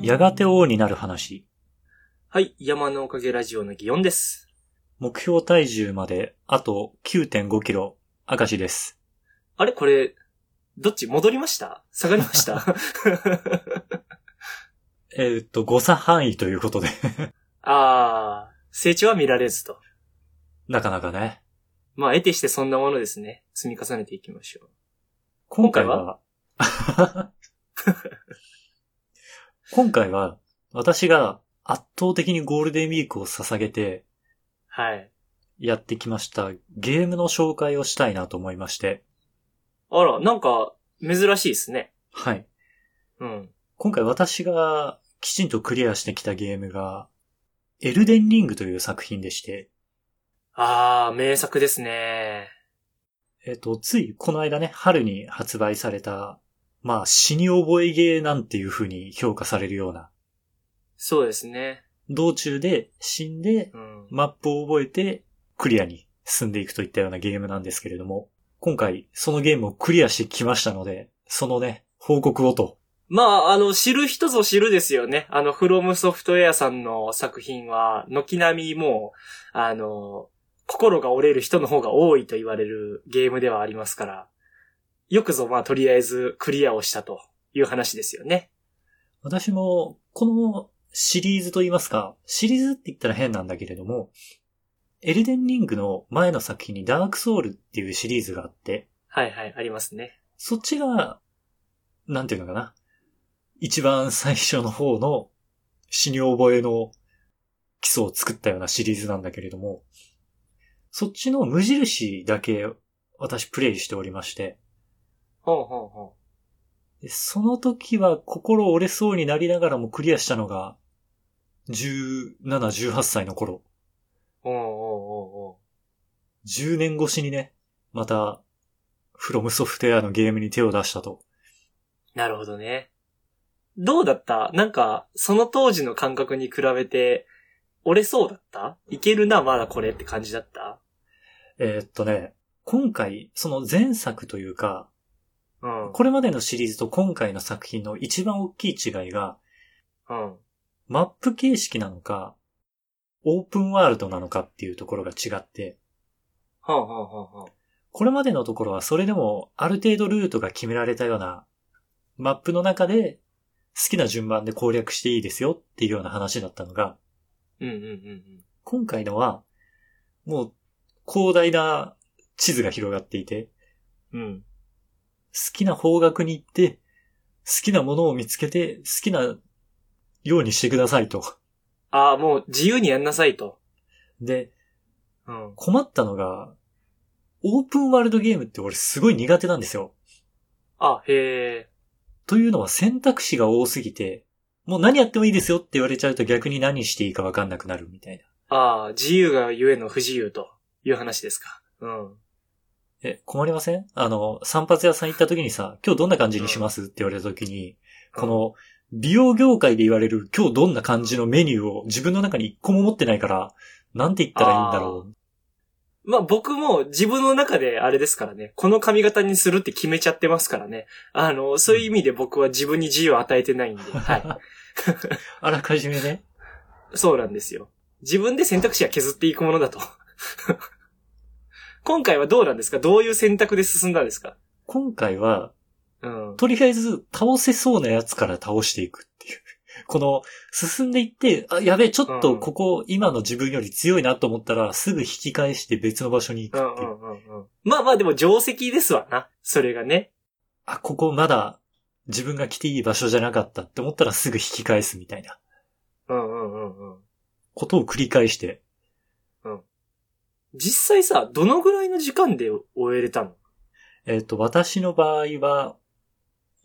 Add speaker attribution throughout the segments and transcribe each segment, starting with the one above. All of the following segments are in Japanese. Speaker 1: やがて王になる話。
Speaker 2: はい、山のおかげラジオの祇園です。
Speaker 1: 目標体重まであと9.5キロ。明石です。
Speaker 2: あれこれ、どっち戻りました下がりました
Speaker 1: えーっと、誤差範囲ということで。
Speaker 2: あー、成長は見られずと。
Speaker 1: なかなかね。
Speaker 2: まあ、得てしてそんなものですね。積み重ねていきましょう。
Speaker 1: 今回は、今回は、私が圧倒的にゴールデンウィークを捧げて
Speaker 2: はい。
Speaker 1: やってきましたゲームの紹介をしたいなと思いまして。
Speaker 2: あら、なんか、珍しいですね。
Speaker 1: はい。
Speaker 2: うん。
Speaker 1: 今回私がきちんとクリアしてきたゲームが、エルデンリングという作品でして、
Speaker 2: あー、名作ですね。
Speaker 1: えっと、ついこの間ね、春に発売された、まあ、死に覚えゲーなんていう風に評価されるような、
Speaker 2: そうですね。
Speaker 1: 道中で死んで
Speaker 2: うん。
Speaker 1: マップを覚えてクリアに進んでいくといったようなゲームなんですけれども、今回そのゲームをクリアしてきましたので、そのね、報告をと。
Speaker 2: まあ、あの、知る人ぞ知るですよね。あの、フロムソフトウェアさんの作品は、軒並みもう、あの、心が折れる人の方が多いと言われるゲームではありますから、よくぞ、まあ、とりあえずクリアをしたという話ですよね。
Speaker 1: 私も、このシリーズと言いますか、シリーズって言ったら変なんだけれども、エルデンリングの前の作品にダークソウルっていうシリーズがあって、
Speaker 2: はいはい、ありますね。
Speaker 1: そっちが、なんていうのかな。一番最初の方の死に覚えの基礎を作ったようなシリーズなんだけれども、そっちの無印だけ私プレイしておりまして、
Speaker 2: ほうほうほ
Speaker 1: でその時は心折れそうになりながらもクリアしたのが、17、18歳の頃、
Speaker 2: う。おうおうおうおう
Speaker 1: 10年越しにね、また、フロムソフトウェアのゲームに手を出したと。
Speaker 2: なるほどね。どうだったなんか、その当時の感覚に比べて、折れそうだったいけるな、まだこれって感じだった
Speaker 1: えーっとね、今回、その前作というか、
Speaker 2: うん。
Speaker 1: これまでのシリーズと今回の作品の一番大きい違いが、
Speaker 2: うん。
Speaker 1: マップ形式なのか、オープンワールドなのかっていうところが違って、
Speaker 2: はあ、はあはあはあ、
Speaker 1: これまでのところはそれでもある程度ルートが決められたような、マップの中で好きな順番で攻略していいですよっていうような話だったのが、
Speaker 2: うんうんうんうん。
Speaker 1: 今回のは、もう広大な地図が広がっていて、
Speaker 2: うん。
Speaker 1: 好きな方角に行って、好きなものを見つけて、好きなようにしてくださいと。
Speaker 2: ああ、もう自由にやんなさいと。
Speaker 1: で、
Speaker 2: うん。
Speaker 1: 困ったのが、オープンワールドゲームって俺すごい苦手なんですよ。
Speaker 2: あ、へえ。
Speaker 1: というのは選択肢が多すぎて、もう何やってもいいですよって言われちゃうと逆に何していいかわかんなくなるみたいな。
Speaker 2: ああ、自由がゆえの不自由という話ですか。うん。
Speaker 1: え、困りませんあの、散髪屋さん行った時にさ、今日どんな感じにしますって言われた時に、この、美容業界で言われる今日どんな感じのメニューを自分の中に一個も持ってないから、なんて言ったらいいんだろう
Speaker 2: まあ僕も自分の中であれですからね、この髪型にするって決めちゃってますからね。あの、そういう意味で僕は自分に自由を与えて ないんで。は
Speaker 1: あらかじめね。
Speaker 2: い。そうなんですよ。自分で選択肢は削っていくものだと。 今回はどうなんですかどういう選択で進んだんですか
Speaker 1: 今回は、
Speaker 2: うん。
Speaker 1: とりあえず倒せそうなやつから倒していくっていう。 この、進んでいって、あ、やべえ、ちょっとここ、今の自分より強いなと思ったら、すぐ引き返して別の場所に行く
Speaker 2: うん
Speaker 1: っ
Speaker 2: う
Speaker 1: ていう。
Speaker 2: んうんうん。まあまあでも定石ですわな。それがね。
Speaker 1: あ、ここまだ自分が来ていい場所じゃなかったって思ったらすぐ引き返すみたいな
Speaker 2: うんうんうんうん。
Speaker 1: ことを繰り返して。
Speaker 2: 実際さ、どのぐらいの時間で終えれたの
Speaker 1: えっ、と、私の場合は、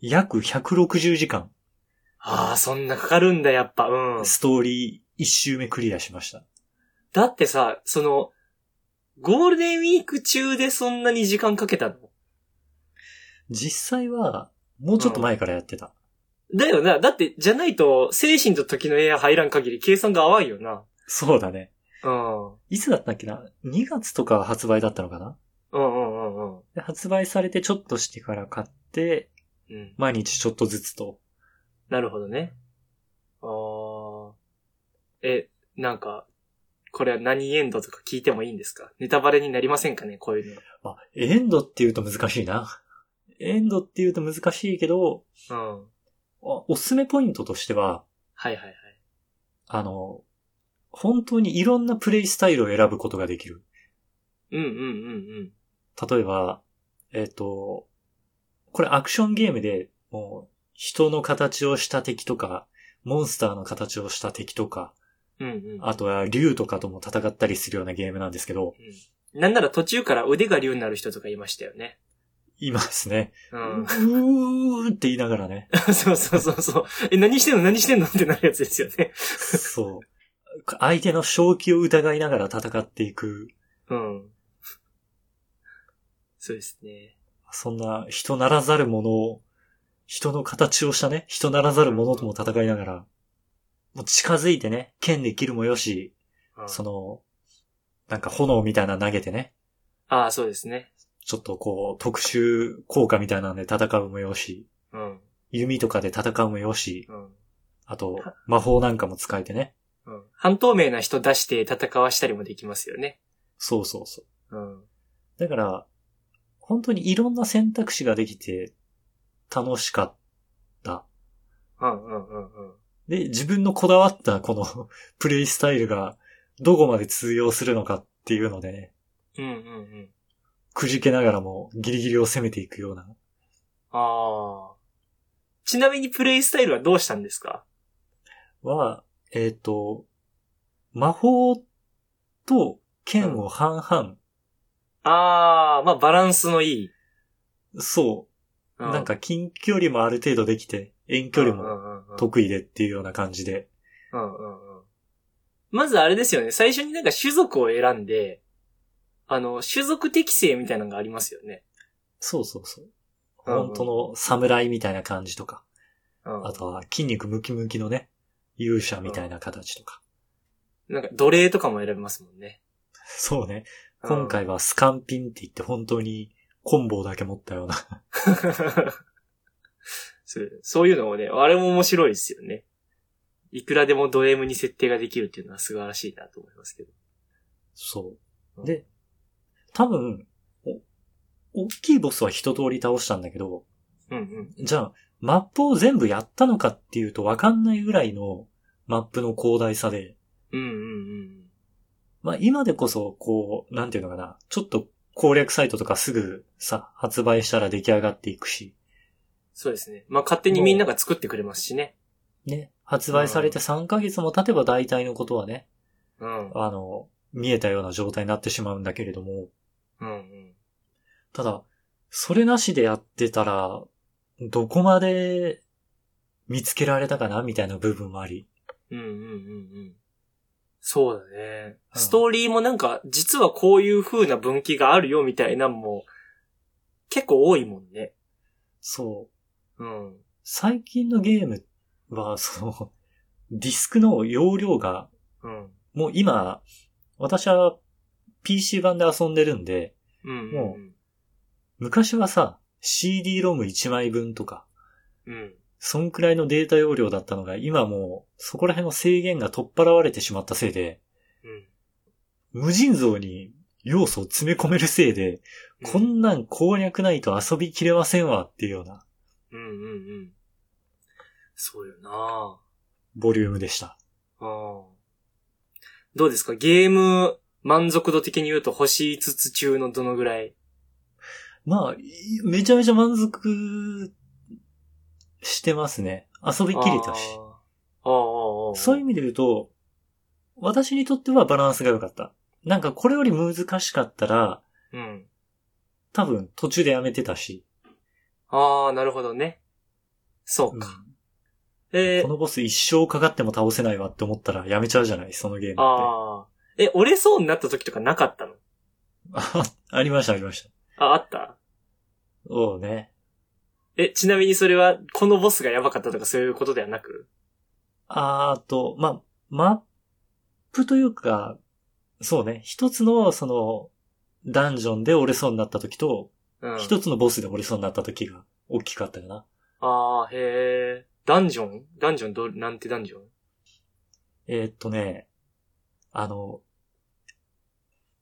Speaker 1: 約160時間、
Speaker 2: ああ、そんなかかるんだ、やっぱ。うん。
Speaker 1: ストーリー1周目クリアしました。
Speaker 2: だってさ、その、ゴールデンウィーク中でそんなに時間かけたの
Speaker 1: 実際は、もうちょっと前からやってた。
Speaker 2: だよな。だって、じゃないと、精神と時のエア入らん限り計算が合わんよな。
Speaker 1: そうだね。
Speaker 2: うん。うん
Speaker 1: いつだったっけな ?2 月とか発売だったのかな
Speaker 2: うんうんうん。
Speaker 1: で発売されてちょっとしてから買って、
Speaker 2: うん。
Speaker 1: 毎日ちょっとずつと。
Speaker 2: なるほどね。え、なんか、これは何エンドとか聞いてもいいんですかネタバレになりませんかねこういう
Speaker 1: あ、エンドって言うと難しいな。エンドって言うと難しいけど、
Speaker 2: の。うん。
Speaker 1: あおすすめポイントとしては、
Speaker 2: はいはいはい。
Speaker 1: あの、本当にいろんなプレイスタイルを選ぶことができる。
Speaker 2: うんうんうん
Speaker 1: 例えば、えっ、と、これアクションゲームで、もう、人の形をした敵とか、モンスターの形をした敵とか、
Speaker 2: うん。うんうん。
Speaker 1: あとは竜とかとも戦ったりするようなゲームなんですけど、
Speaker 2: なんなら途中から腕が竜になる人とかいましたよね。
Speaker 1: 今ですね、
Speaker 2: う。
Speaker 1: うんーって言いながらね、
Speaker 2: そうそうそうそう。え、何してんの何してんのってなるやつですよね。
Speaker 1: そう。相手の正気を疑いながら戦っていく、
Speaker 2: うん。そうですね。
Speaker 1: そんな人ならざるものを、人の形をしたね、人ならざるものとも戦いながら、もう近づいてね、剣で切るもよし、
Speaker 2: うん
Speaker 1: その、なんか炎みたいなの投げてね、
Speaker 2: ああ、そうですね。
Speaker 1: ちょっとこう、特殊効果みたいなんで戦うもよし、
Speaker 2: うん。
Speaker 1: 弓とかで戦うもよし、
Speaker 2: うん。
Speaker 1: あと、魔法なんかも使えてね。
Speaker 2: うん。半透明な人出して戦わしたりもできますよね。
Speaker 1: そうそうそう。
Speaker 2: うん。
Speaker 1: だから、本当にいろんな選択肢ができて、楽しかった。
Speaker 2: うんうんうんうん。
Speaker 1: で、自分のこだわったこの プレイスタイルがどこまで通用するのかっていうのでね、
Speaker 2: うんうんうん。
Speaker 1: くじけながらもギリギリを攻めていくような。
Speaker 2: ああ。ちなみにプレイスタイルはどうしたんですか
Speaker 1: は、えっ、と、魔法と剣を半々、
Speaker 2: ああ、まあバランスのいい。
Speaker 1: そうう、なん、か近距離もある程度できて、遠距離
Speaker 2: う
Speaker 1: も
Speaker 2: んうんうんうん
Speaker 1: 得意でっていうような感じで、
Speaker 2: うんうんうん。まずあれですよね。最初になんか種族を選んで、あの、種族適性みたいなのがありますよね。
Speaker 1: そうそうそう。
Speaker 2: うんうん
Speaker 1: 本当の侍みたいな感じとか、
Speaker 2: うん
Speaker 1: あとは筋肉ムキムキのね、勇者みたいな形とか。
Speaker 2: なんか奴隷とかも選べますもんね。
Speaker 1: そうね。
Speaker 2: うん
Speaker 1: 今回はスカンピンって言って本当にコンボだけ持ったような。
Speaker 2: そうそういうのもね、あれも面白いですよね。いくらでもド M に設定ができるっていうのは素晴らしいなと思いますけど。
Speaker 1: そう。で、多分、お大きいボスは一通り倒したんだけど、
Speaker 2: うんうん。
Speaker 1: じゃあ、マップを全部やったのかっていうとわかんないぐらいのマップの広大さで、
Speaker 2: うんうんうん。
Speaker 1: まあ今でこそ、こう、なんていうのかな、ちょっと攻略サイトとかすぐさ、発売したら出来上がっていくし、
Speaker 2: そうですね。まあ、勝手にみんなが作ってくれますしね。
Speaker 1: ね、発売されて3ヶ月も経てば大体のことはね、
Speaker 2: うん。うん
Speaker 1: あの、見えたような状態になってしまうんだけれども、
Speaker 2: うん。
Speaker 1: ただ、それなしでやってたら、どこまで見つけられたかなみたいな部分もあり。
Speaker 2: うんうんうんうん。そうだね。
Speaker 1: うん
Speaker 2: ストーリーもなんか、実はこういう風な分岐があるよみたいなんも、結構多いもんね。
Speaker 1: そう。
Speaker 2: うん。
Speaker 1: 最近のゲームは、その、ディスクの容量が、
Speaker 2: うん。
Speaker 1: もう今、私は PC 版で遊んでるんで、
Speaker 2: うん。
Speaker 1: も昔はさ、CD ロム1枚分とか、
Speaker 2: うん。うん。
Speaker 1: そんくらいのデータ容量だったのが、今もう、そこら辺の制限が取っ払われてしまったせいで、
Speaker 2: うん。
Speaker 1: 無尽蔵に要素を詰め込めるせいで、こんなん攻略ないと遊びきれませんわっていうような
Speaker 2: うんうんうん。そうよな
Speaker 1: ボリュームでした。
Speaker 2: あーどうですかゲーム満足度的に言うと星5つ中のどのぐらい
Speaker 1: まあ、いめちゃめちゃ満足してますね。遊びきれたし。
Speaker 2: あーあーあー。
Speaker 1: そういう意
Speaker 2: う。
Speaker 1: 味で言うと、私にとってはバランスが良かった。なんかこれより難しかったら、
Speaker 2: うん。
Speaker 1: 多分途中でやめてたし。
Speaker 2: ああ、なるほどね。そう
Speaker 1: うん
Speaker 2: か。え
Speaker 1: このボス一生かかっても倒せないわって思ったらやめちゃうじゃないそのゲームって。
Speaker 2: ああ。え、折れそうになった時とかなかったの
Speaker 1: あ ありました、ありました。
Speaker 2: あ、あった
Speaker 1: そうね。
Speaker 2: え、ちなみにそれは、このボスがやばかったとかそういうことではなく
Speaker 1: あーと、ま、マップというか、そうね、一つの、その、ダンジョンで折れそうになった時と、
Speaker 2: うん。
Speaker 1: 一、つのボスで折れそうになった時が大きかったかな。
Speaker 2: ああ、へえ。ダンジョンダンジョンど、なんてダンジョン
Speaker 1: えーっとね、あの、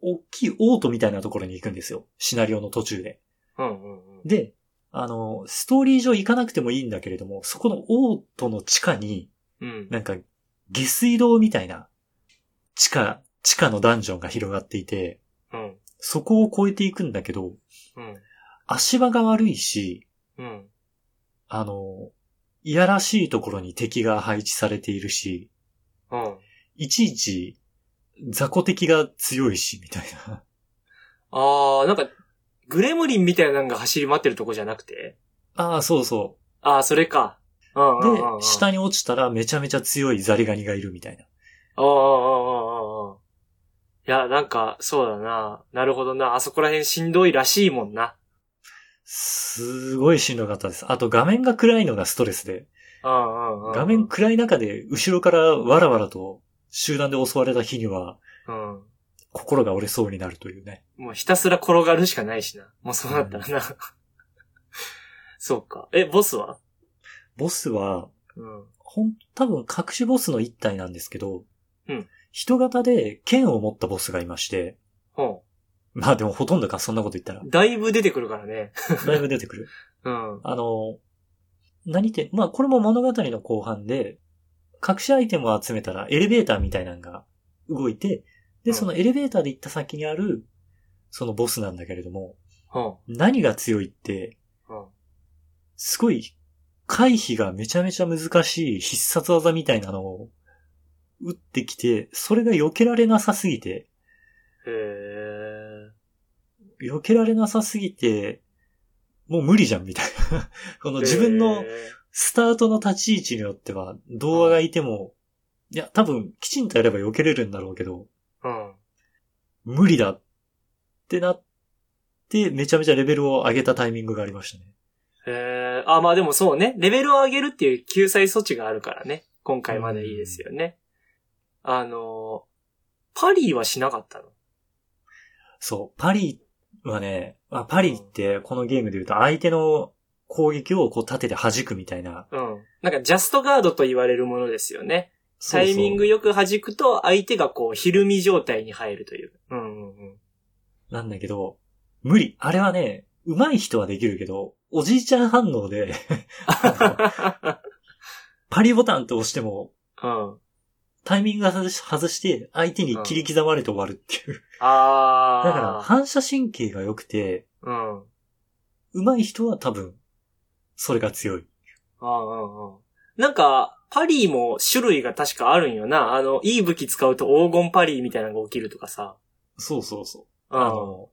Speaker 1: 大きいオートみたいなところに行くんですよ。シナリオの途中で。
Speaker 2: うんうんうん。
Speaker 1: で、あの、ストーリー上行かなくてもいいんだけれども、そこのオートの地下に、
Speaker 2: うん。
Speaker 1: なんか、下水道みたいな、地下、地下のダンジョンが広がっていて、
Speaker 2: うん。
Speaker 1: そこを越えていくんだけど、
Speaker 2: うん。
Speaker 1: 足場が悪いし、
Speaker 2: うん。
Speaker 1: あの、いやらしいところに敵が配置されているし、
Speaker 2: うん。
Speaker 1: いちいち、雑魚敵が強いし、みたいな。
Speaker 2: あー、なんか、グレムリンみたいなのが走り回ってるとこじゃなくて
Speaker 1: ああ、そうそ
Speaker 2: あー、それか。うん
Speaker 1: う。
Speaker 2: うん
Speaker 1: で
Speaker 2: うんう、ん。
Speaker 1: 下に落ちたらめちゃめちゃ強いザリガニがいるみたいな。
Speaker 2: ああ、ああ、ああ、ああ。いや、なんか、そうだな。なるほどな。あそこら辺しんどいらしいもんな。
Speaker 1: すごいしんどかったです。あと画面が暗いのがストレスで、
Speaker 2: うんうんうん。
Speaker 1: 画面暗い中で後ろからわらわらと集団で襲われた日には
Speaker 2: うん。
Speaker 1: 心が折れそうになるというね。
Speaker 2: もうひたすら転がるしかないしな。もうそうなったらな。 そうか。え、ボスは
Speaker 1: ボスは、
Speaker 2: うん。
Speaker 1: ほん、多分隠しボスの一体なんですけど、
Speaker 2: うん
Speaker 1: 人型で剣を持ったボスがいまして、
Speaker 2: ほ
Speaker 1: まあでもほとんどか、そんなこと言ったら
Speaker 2: う。。だいぶ出てくるからね。
Speaker 1: だいぶ出てくる。
Speaker 2: うん。
Speaker 1: あの、何て、まあこれも物語の後半で、隠しアイテムを集めたらエレベーターみたいなのが動いて、
Speaker 2: う
Speaker 1: で、
Speaker 2: ん
Speaker 1: そのエレベーターで行った先にある、そのボスなんだけれども、
Speaker 2: ほ
Speaker 1: 何が強いって、
Speaker 2: う。うん。
Speaker 1: すごい、回避がめちゃめちゃ難しい必殺技みたいなのを打ってきて、それが避けられなさすぎて、
Speaker 2: へえ。
Speaker 1: 避けられなさすぎて、もう無理じゃんみたいな。 この自分の
Speaker 2: へえ
Speaker 1: スタートの立ち位置によっては、動画がいても、いや、多分、きちんとやれば避けれるんだろうけど、
Speaker 2: うん。
Speaker 1: 無理だってなって、めちゃめちゃレベルを上げたタイミングがありましたね。
Speaker 2: へえ。あ、まあでもそうね。レベルを上げるっていう救済措置があるからね。今回までいいですよね。あの、パリーはしなかったの
Speaker 1: そう、パリはね、まあ、パリってこのゲームで言うと相手の攻撃をこう立てて弾くみたいな。
Speaker 2: うん。なんかジャストガードと言われるものですよね。
Speaker 1: そう
Speaker 2: タ
Speaker 1: そう
Speaker 2: イミングよく弾くと相手がこう、ひるみ状態に入るという。うんうん
Speaker 1: なんだけど、無理。あれはね、上手い人はできるけど、おじいちゃん反応 で、あのパリボタンって押しても、
Speaker 2: うん。うん。
Speaker 1: タイミングが外し外して、相手に切り刻まれて終わるっていう。だから、
Speaker 2: あ
Speaker 1: 反射神経が良くて、
Speaker 2: ー。うん。うん
Speaker 1: 上手い人は多分、それが強い。
Speaker 2: うんうん。なんか、パリーも種類が確かあるんよな。あの、いい武器使うと黄金パリーみたいなのが起きるとかさ。
Speaker 1: そうそうそう。
Speaker 2: うん
Speaker 1: あの、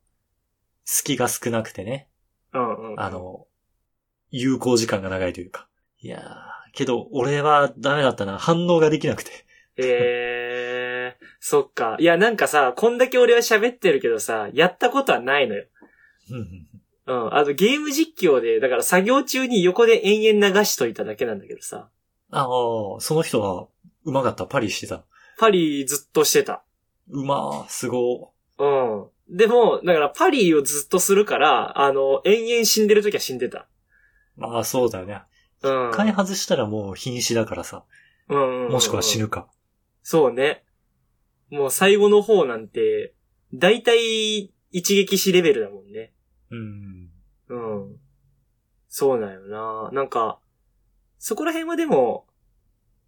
Speaker 1: 隙が少なくてね。
Speaker 2: うんうんうん。
Speaker 1: あの、有効時間が長いというか。いやー、けど、俺はダメだったな。反応ができなくて。
Speaker 2: えー、そっか。いや、なんかさ、こんだけ俺は喋ってるけどさ、やったことはないのよ。
Speaker 1: うんうん
Speaker 2: うん。あの、ゲーム実況で、だから作業中に横で延々流しといただけなんだけどさ、
Speaker 1: ああ、その人は、うまかった。パリしてた。
Speaker 2: パリずっとしてた。
Speaker 1: うまー、すご
Speaker 2: うん。でも、だからパリをずっとするから、あの、延々死んでる時は死んでた。
Speaker 1: ー。まあ、そうだよね。
Speaker 2: うん。
Speaker 1: 開発したらもう瀕死だからさ。
Speaker 2: うんうんうん
Speaker 1: もしくは死ぬ。か。
Speaker 2: そうね。もう最後の方なんて、だいたい一撃死レベルだもんね。
Speaker 1: うん。
Speaker 2: うん。そうなんよな。なんか、そこら辺はでも、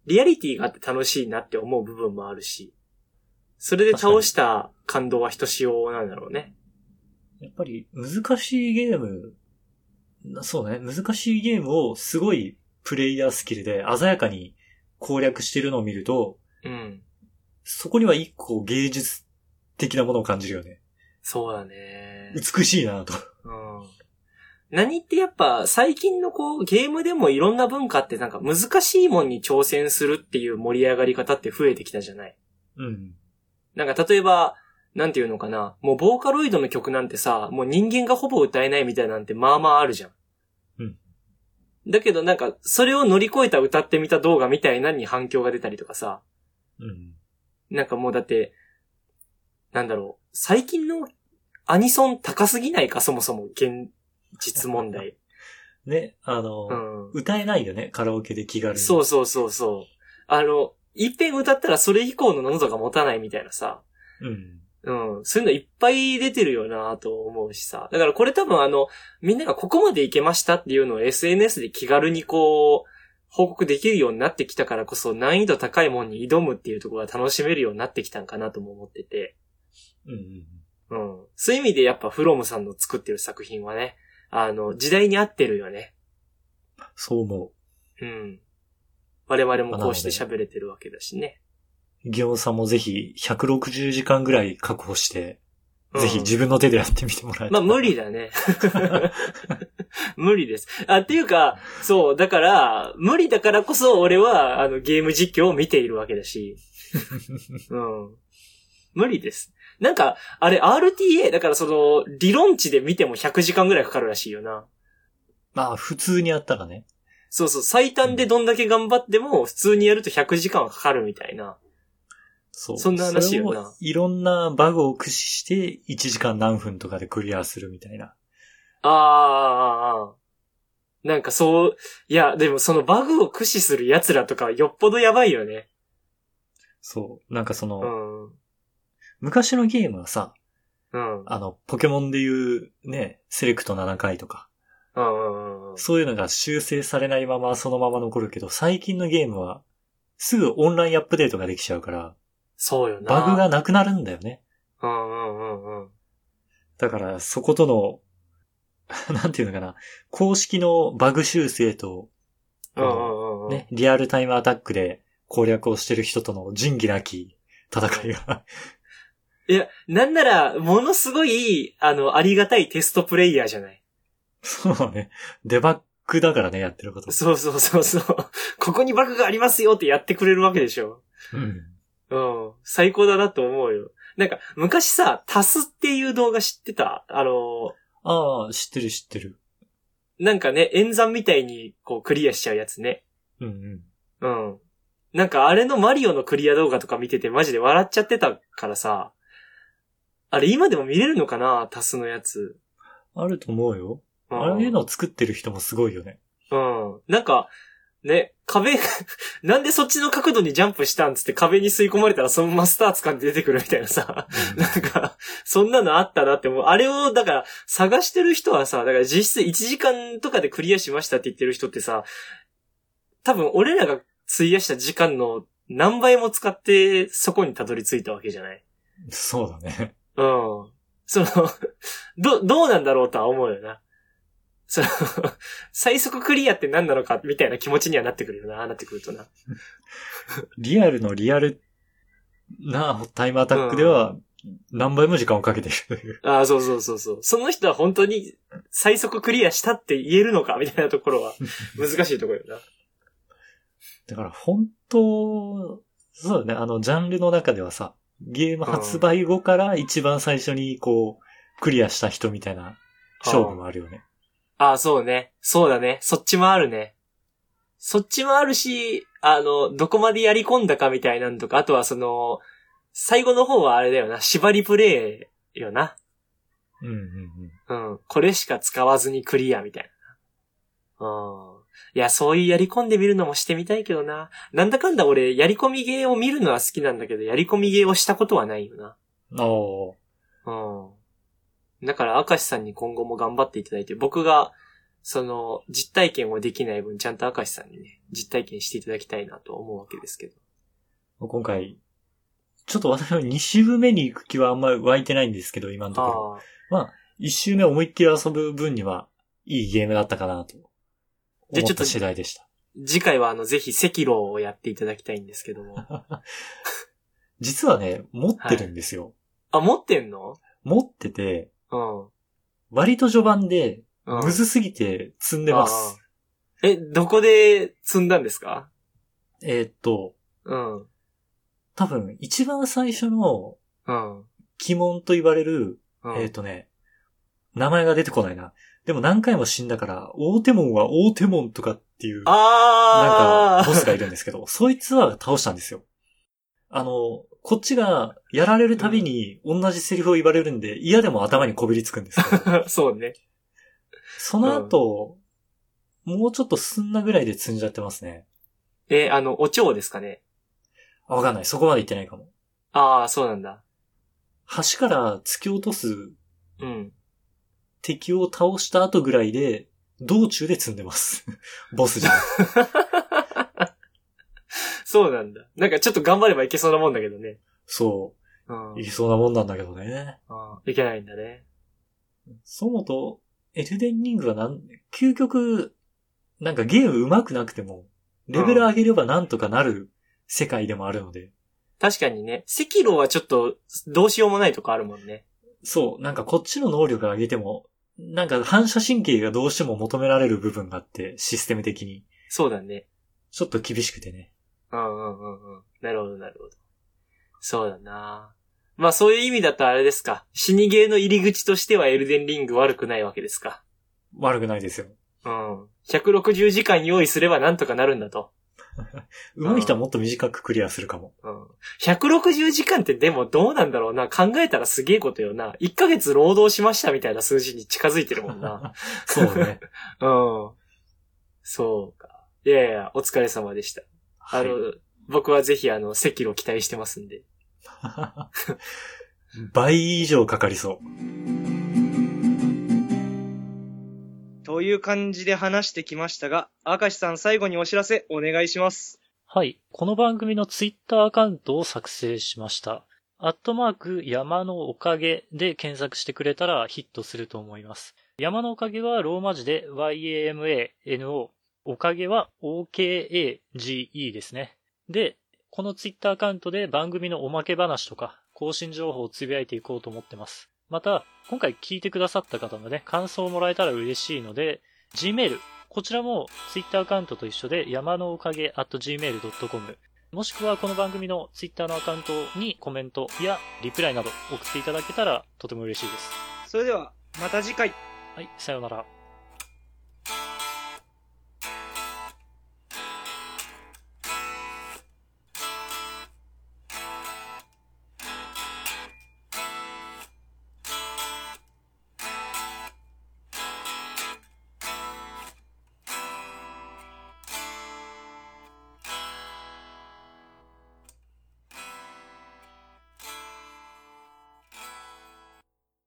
Speaker 2: リアリティがあって楽しいなって思う部分もあるし、それで倒した感動は人仕様なんだろうね。
Speaker 1: やっぱり難しいゲーム、なそうね、難しいゲームをすごいプレイヤースキルで鮮やかに攻略してるのを見ると、
Speaker 2: うん。
Speaker 1: そこには一個芸術的なものを感じるよね。
Speaker 2: そうだね。
Speaker 1: 美しいなと。
Speaker 2: うん。何ってやっぱ最近のこうゲームでもいろんな文化ってなんか難しいもんに挑戦するっていう盛り上がり方って増えてきたじゃない
Speaker 1: うん。
Speaker 2: なんか例えば、なんていうのかな。もうボーカロイドの曲なんてさ、もう人間がほぼ歌えないみたいなんてまあまああるじゃん。
Speaker 1: うん。
Speaker 2: だけどなんか、それを乗り越えた歌ってみた動画みたいなのに反響が出たりとかさ、
Speaker 1: うん。
Speaker 2: なんかもうだって、なんだろう、最近のアニソン高すぎないか、そもそも現実問題。
Speaker 1: ね、あの、
Speaker 2: うん。
Speaker 1: 歌えないよね、カラオケで気軽に。
Speaker 2: そうそうそうそう。あの、一遍歌ったらそれ以降の喉が持たないみたいなさ、
Speaker 1: うん。
Speaker 2: うん、そういうのいっぱい出てるよなと思うしさ。だからこれ多分あの、みんながここまでいけましたっていうのを SNS で気軽にこう、報告できるようになってきたからこそ難易度高いもんに挑むっていうところが楽しめるようになってきたんかなとも思ってて。
Speaker 1: うんうん。
Speaker 2: うん。そういう意味でやっぱフロムさんの作ってる作品はね、あの、時代に合ってるよね。
Speaker 1: そう思
Speaker 2: うん。我々もこうして喋れてるわけだしね。
Speaker 1: う。ギオンさんもぜひ160時間ぐらい確保して、
Speaker 2: うん
Speaker 1: ぜひ自分の手でやってみても らえた
Speaker 2: ま
Speaker 1: ら
Speaker 2: あ無理だね。無理です。あ、っていうか、そう、だから、無理だからこそ俺は、あの、ゲーム実況を見ているわけだ し。うん。無理です。なんか、あれ RTA、だからその、理論値で見ても100時間ぐらいかかるらしいよな。
Speaker 1: まあ、普通にやったらね。
Speaker 2: そうそう、最短でどんだけ頑張っても、普通にやると100時間はかかるみたいな。
Speaker 1: そう。
Speaker 2: そんな話よな
Speaker 1: それをいろんなバグを駆使して、1時間何分とかでクリアするみたいな。
Speaker 2: あーあー、あーなんかそう、いや、でもそのバグを駆使する奴らとかよっぽどやばいよね。
Speaker 1: そう。なんかそうの、
Speaker 2: ん。うん。
Speaker 1: 昔のゲームはさ、あの、ポケモンでいう、ね、セレクト7回とか、
Speaker 2: うんうんうん。
Speaker 1: そういうのが修正されないままそのまま残るけど、最近のゲームは、すぐオンラインアップデートができちゃうから、
Speaker 2: そうよな。
Speaker 1: バグが。なくなるんだよね。
Speaker 2: うんうんうんうん。
Speaker 1: だから、そことの、 なんていうのかな、公式のバグ修正と、
Speaker 2: うんうんうんうん。
Speaker 1: ね、リアルタイムアタックで攻略をしてる人との仁義なき戦いが。
Speaker 2: いや、なんなら、ものすごい、あの、ありがたいテストプレイヤーじゃない。
Speaker 1: そうだね。デバッグだからね、やってること。
Speaker 2: そうそうそうそう。ここにバグがありますよってやってくれるわけでしょ。
Speaker 1: うん。
Speaker 2: うん。最高だなと思うよ。なんか、昔さ、タスっていう動画知ってたあの、
Speaker 1: ああ、知ってる知ってる。
Speaker 2: なんかね、演算みたいに、こう、クリアしちゃうやつね。
Speaker 1: うんうん。
Speaker 2: うん。なんか、あれのマリオのクリア動画とか見てて、マジで笑っちゃってたからさ。あれ、今でも見れるのかなタスのやつ。
Speaker 1: あると思うよ。
Speaker 2: うん
Speaker 1: ああいうのを作ってる人もすごいよね。
Speaker 2: うん。なんか、ね、壁、 なんでそっちの角度にジャンプしたんつって壁に吸い込まれたらそのままスター掴んで出てくるみたいなさ。 なんか、そんなのあったなって思う。あれを、だから、探してる人はさ、だから実質1時間とかでクリアしましたって言ってる人ってさ、多分俺らが費やした時間の何倍も使ってそこにたどり着いたわけじゃない
Speaker 1: そうだね。
Speaker 2: うん。その、ど、どうなんだろうとは思うよな。その、最速クリアって何なのかみたいな気持ちにはなってくるよな、ああなってくるとな。
Speaker 1: リアルのリアルなタイムアタックでは何倍も時間をかけてるという。
Speaker 2: ああ、そうそうそうそう。その人は本当に最速クリアしたって言えるのかみたいなところは難しいところよな。
Speaker 1: だから本当、そうだね、あの、ジャンルの中ではさ、ゲーム発売後から一番最初にこう、クリアした人みたいな勝負もあるよね。
Speaker 2: ああ、そうね。そうだね。そっちもあるね。そっちもあるし、あの、どこまでやり込んだかみたいなんとか、あとはその、最後の方はあれだよな、縛りプレイよな。
Speaker 1: うんうんうん。
Speaker 2: うん。これしか使わずにクリアみたいな。うん。いや、そういうやり込んでみるのもしてみたいけどな。なんだかんだ俺、やり込みゲーを見るのは好きなんだけど、やり込みゲーをしたことはないよな。
Speaker 1: ああ。
Speaker 2: うん。だから、明石さんに今後も頑張っていただいて、僕が、その、実体験をできない分、ちゃんと明石さんにね、実体験していただきたいなと思うわけですけ ど。
Speaker 1: 今回、ちょっと私は2周目に行く気はあんまり湧いてないんですけど、今のところ。
Speaker 2: ああ。
Speaker 1: 1周目思いっきり遊ぶ分には、いいゲームだったかなと。
Speaker 2: じゃあ
Speaker 1: 思
Speaker 2: ちょ
Speaker 1: っ
Speaker 2: っと
Speaker 1: た次第でした。
Speaker 2: 次回は、あの、ぜひ、赤狼をやっていただきたいんですけども。
Speaker 1: 実はね、持ってるんですよ。
Speaker 2: あ、持ってんの
Speaker 1: 持ってて、
Speaker 2: うん。
Speaker 1: 割と序盤で、
Speaker 2: うん、
Speaker 1: むずすぎて積んでます。
Speaker 2: あー。え、どこで積んだんですか
Speaker 1: えーっと、
Speaker 2: うん。うん。
Speaker 1: 多分、一番最初の
Speaker 2: うん。
Speaker 1: 鬼門と言われる、えーっとね、名前が出てこないな。でも何回も死んだから、大手門は大手門とかっていう、なん
Speaker 2: あ
Speaker 1: か
Speaker 2: ー、
Speaker 1: ボスがいるんですけど、そいつは倒したんですよ。あの、こっちがやられるたびに同じセリフを言われるんで、嫌でも頭にこびりつくんですけど、
Speaker 2: そうね。
Speaker 1: その後、もうちょっと進んだぐらいで積んじゃってますね。
Speaker 2: え、あの、お蝶ですかね。
Speaker 1: あ、わかんない。そこまで行ってないかも。
Speaker 2: ああ、そうなんだ。
Speaker 1: 橋から突き落とす
Speaker 2: うん。
Speaker 1: 敵を倒した後ぐらいで、道中で積んでます。 ボスじゃなくて
Speaker 2: そうなんだ。なんかちょっと頑張ればいけそうなもんだけどね。
Speaker 1: そうう。
Speaker 2: ん
Speaker 1: い。けそうなもんなんだけどね。
Speaker 2: あーいけないんだね。
Speaker 1: そもと、エルデンリングはなん、究極、なんかゲーム上手くなくても、レベル上げればなんとかなる世界でもあるので、
Speaker 2: 確かにね、赤炉はちょっとどうしようもないとこあるもんね。
Speaker 1: そう、なんかこっちの能力上げても、なんか反射神経がどうしても求められる部分があって、システム的に。
Speaker 2: そうだね。
Speaker 1: ちょっと厳しくてね。
Speaker 2: うんうんうんうん。なるほど、なるほど。そうだなまあそういう意味だとあれですか。死にゲーの入り口としてはエルデンリング悪くないわけですか。
Speaker 1: 悪くないですよ。
Speaker 2: うん。160時間用意すればなんとかなるんだと。
Speaker 1: 上手い人はもっと短くクリアするかも。
Speaker 2: うん。160時間ってでもどうなんだろうな。考えたらすげえことよな。1ヶ月労働しましたみたいな数字に近づいてるもんな。
Speaker 1: そうね。
Speaker 2: うん。そうか。いやいや、お疲れ様でした。 あの、
Speaker 1: はい
Speaker 2: 僕はぜひあの、赤炉期待してますんで。
Speaker 1: 倍以上かかりそう。
Speaker 3: という感じで話してきましたが、明石さん最後にお知らせお願いします。
Speaker 4: はい。この番組のツイッターアカウントを作成しました。アットマーク山のおかげで検索してくれたらヒットすると思います。山のおかげはローマ字で YAMANO。おかげは OKAGE ですね。で、このツイッターアカウントで番組のおまけ話とか更新情報をつぶやいていこうと思ってます。また、今回聞いてくださった方のね、感想をもらえたら嬉しいので、Gmail、こちらも Twitter アカウントと一緒で山のおかげ at gmail.com もしくはこの番組の Twitter のアカウントにコメントやリプライなど送っていただけたらとても嬉しいです。
Speaker 3: それでは、また次回。
Speaker 4: はい、さようなら。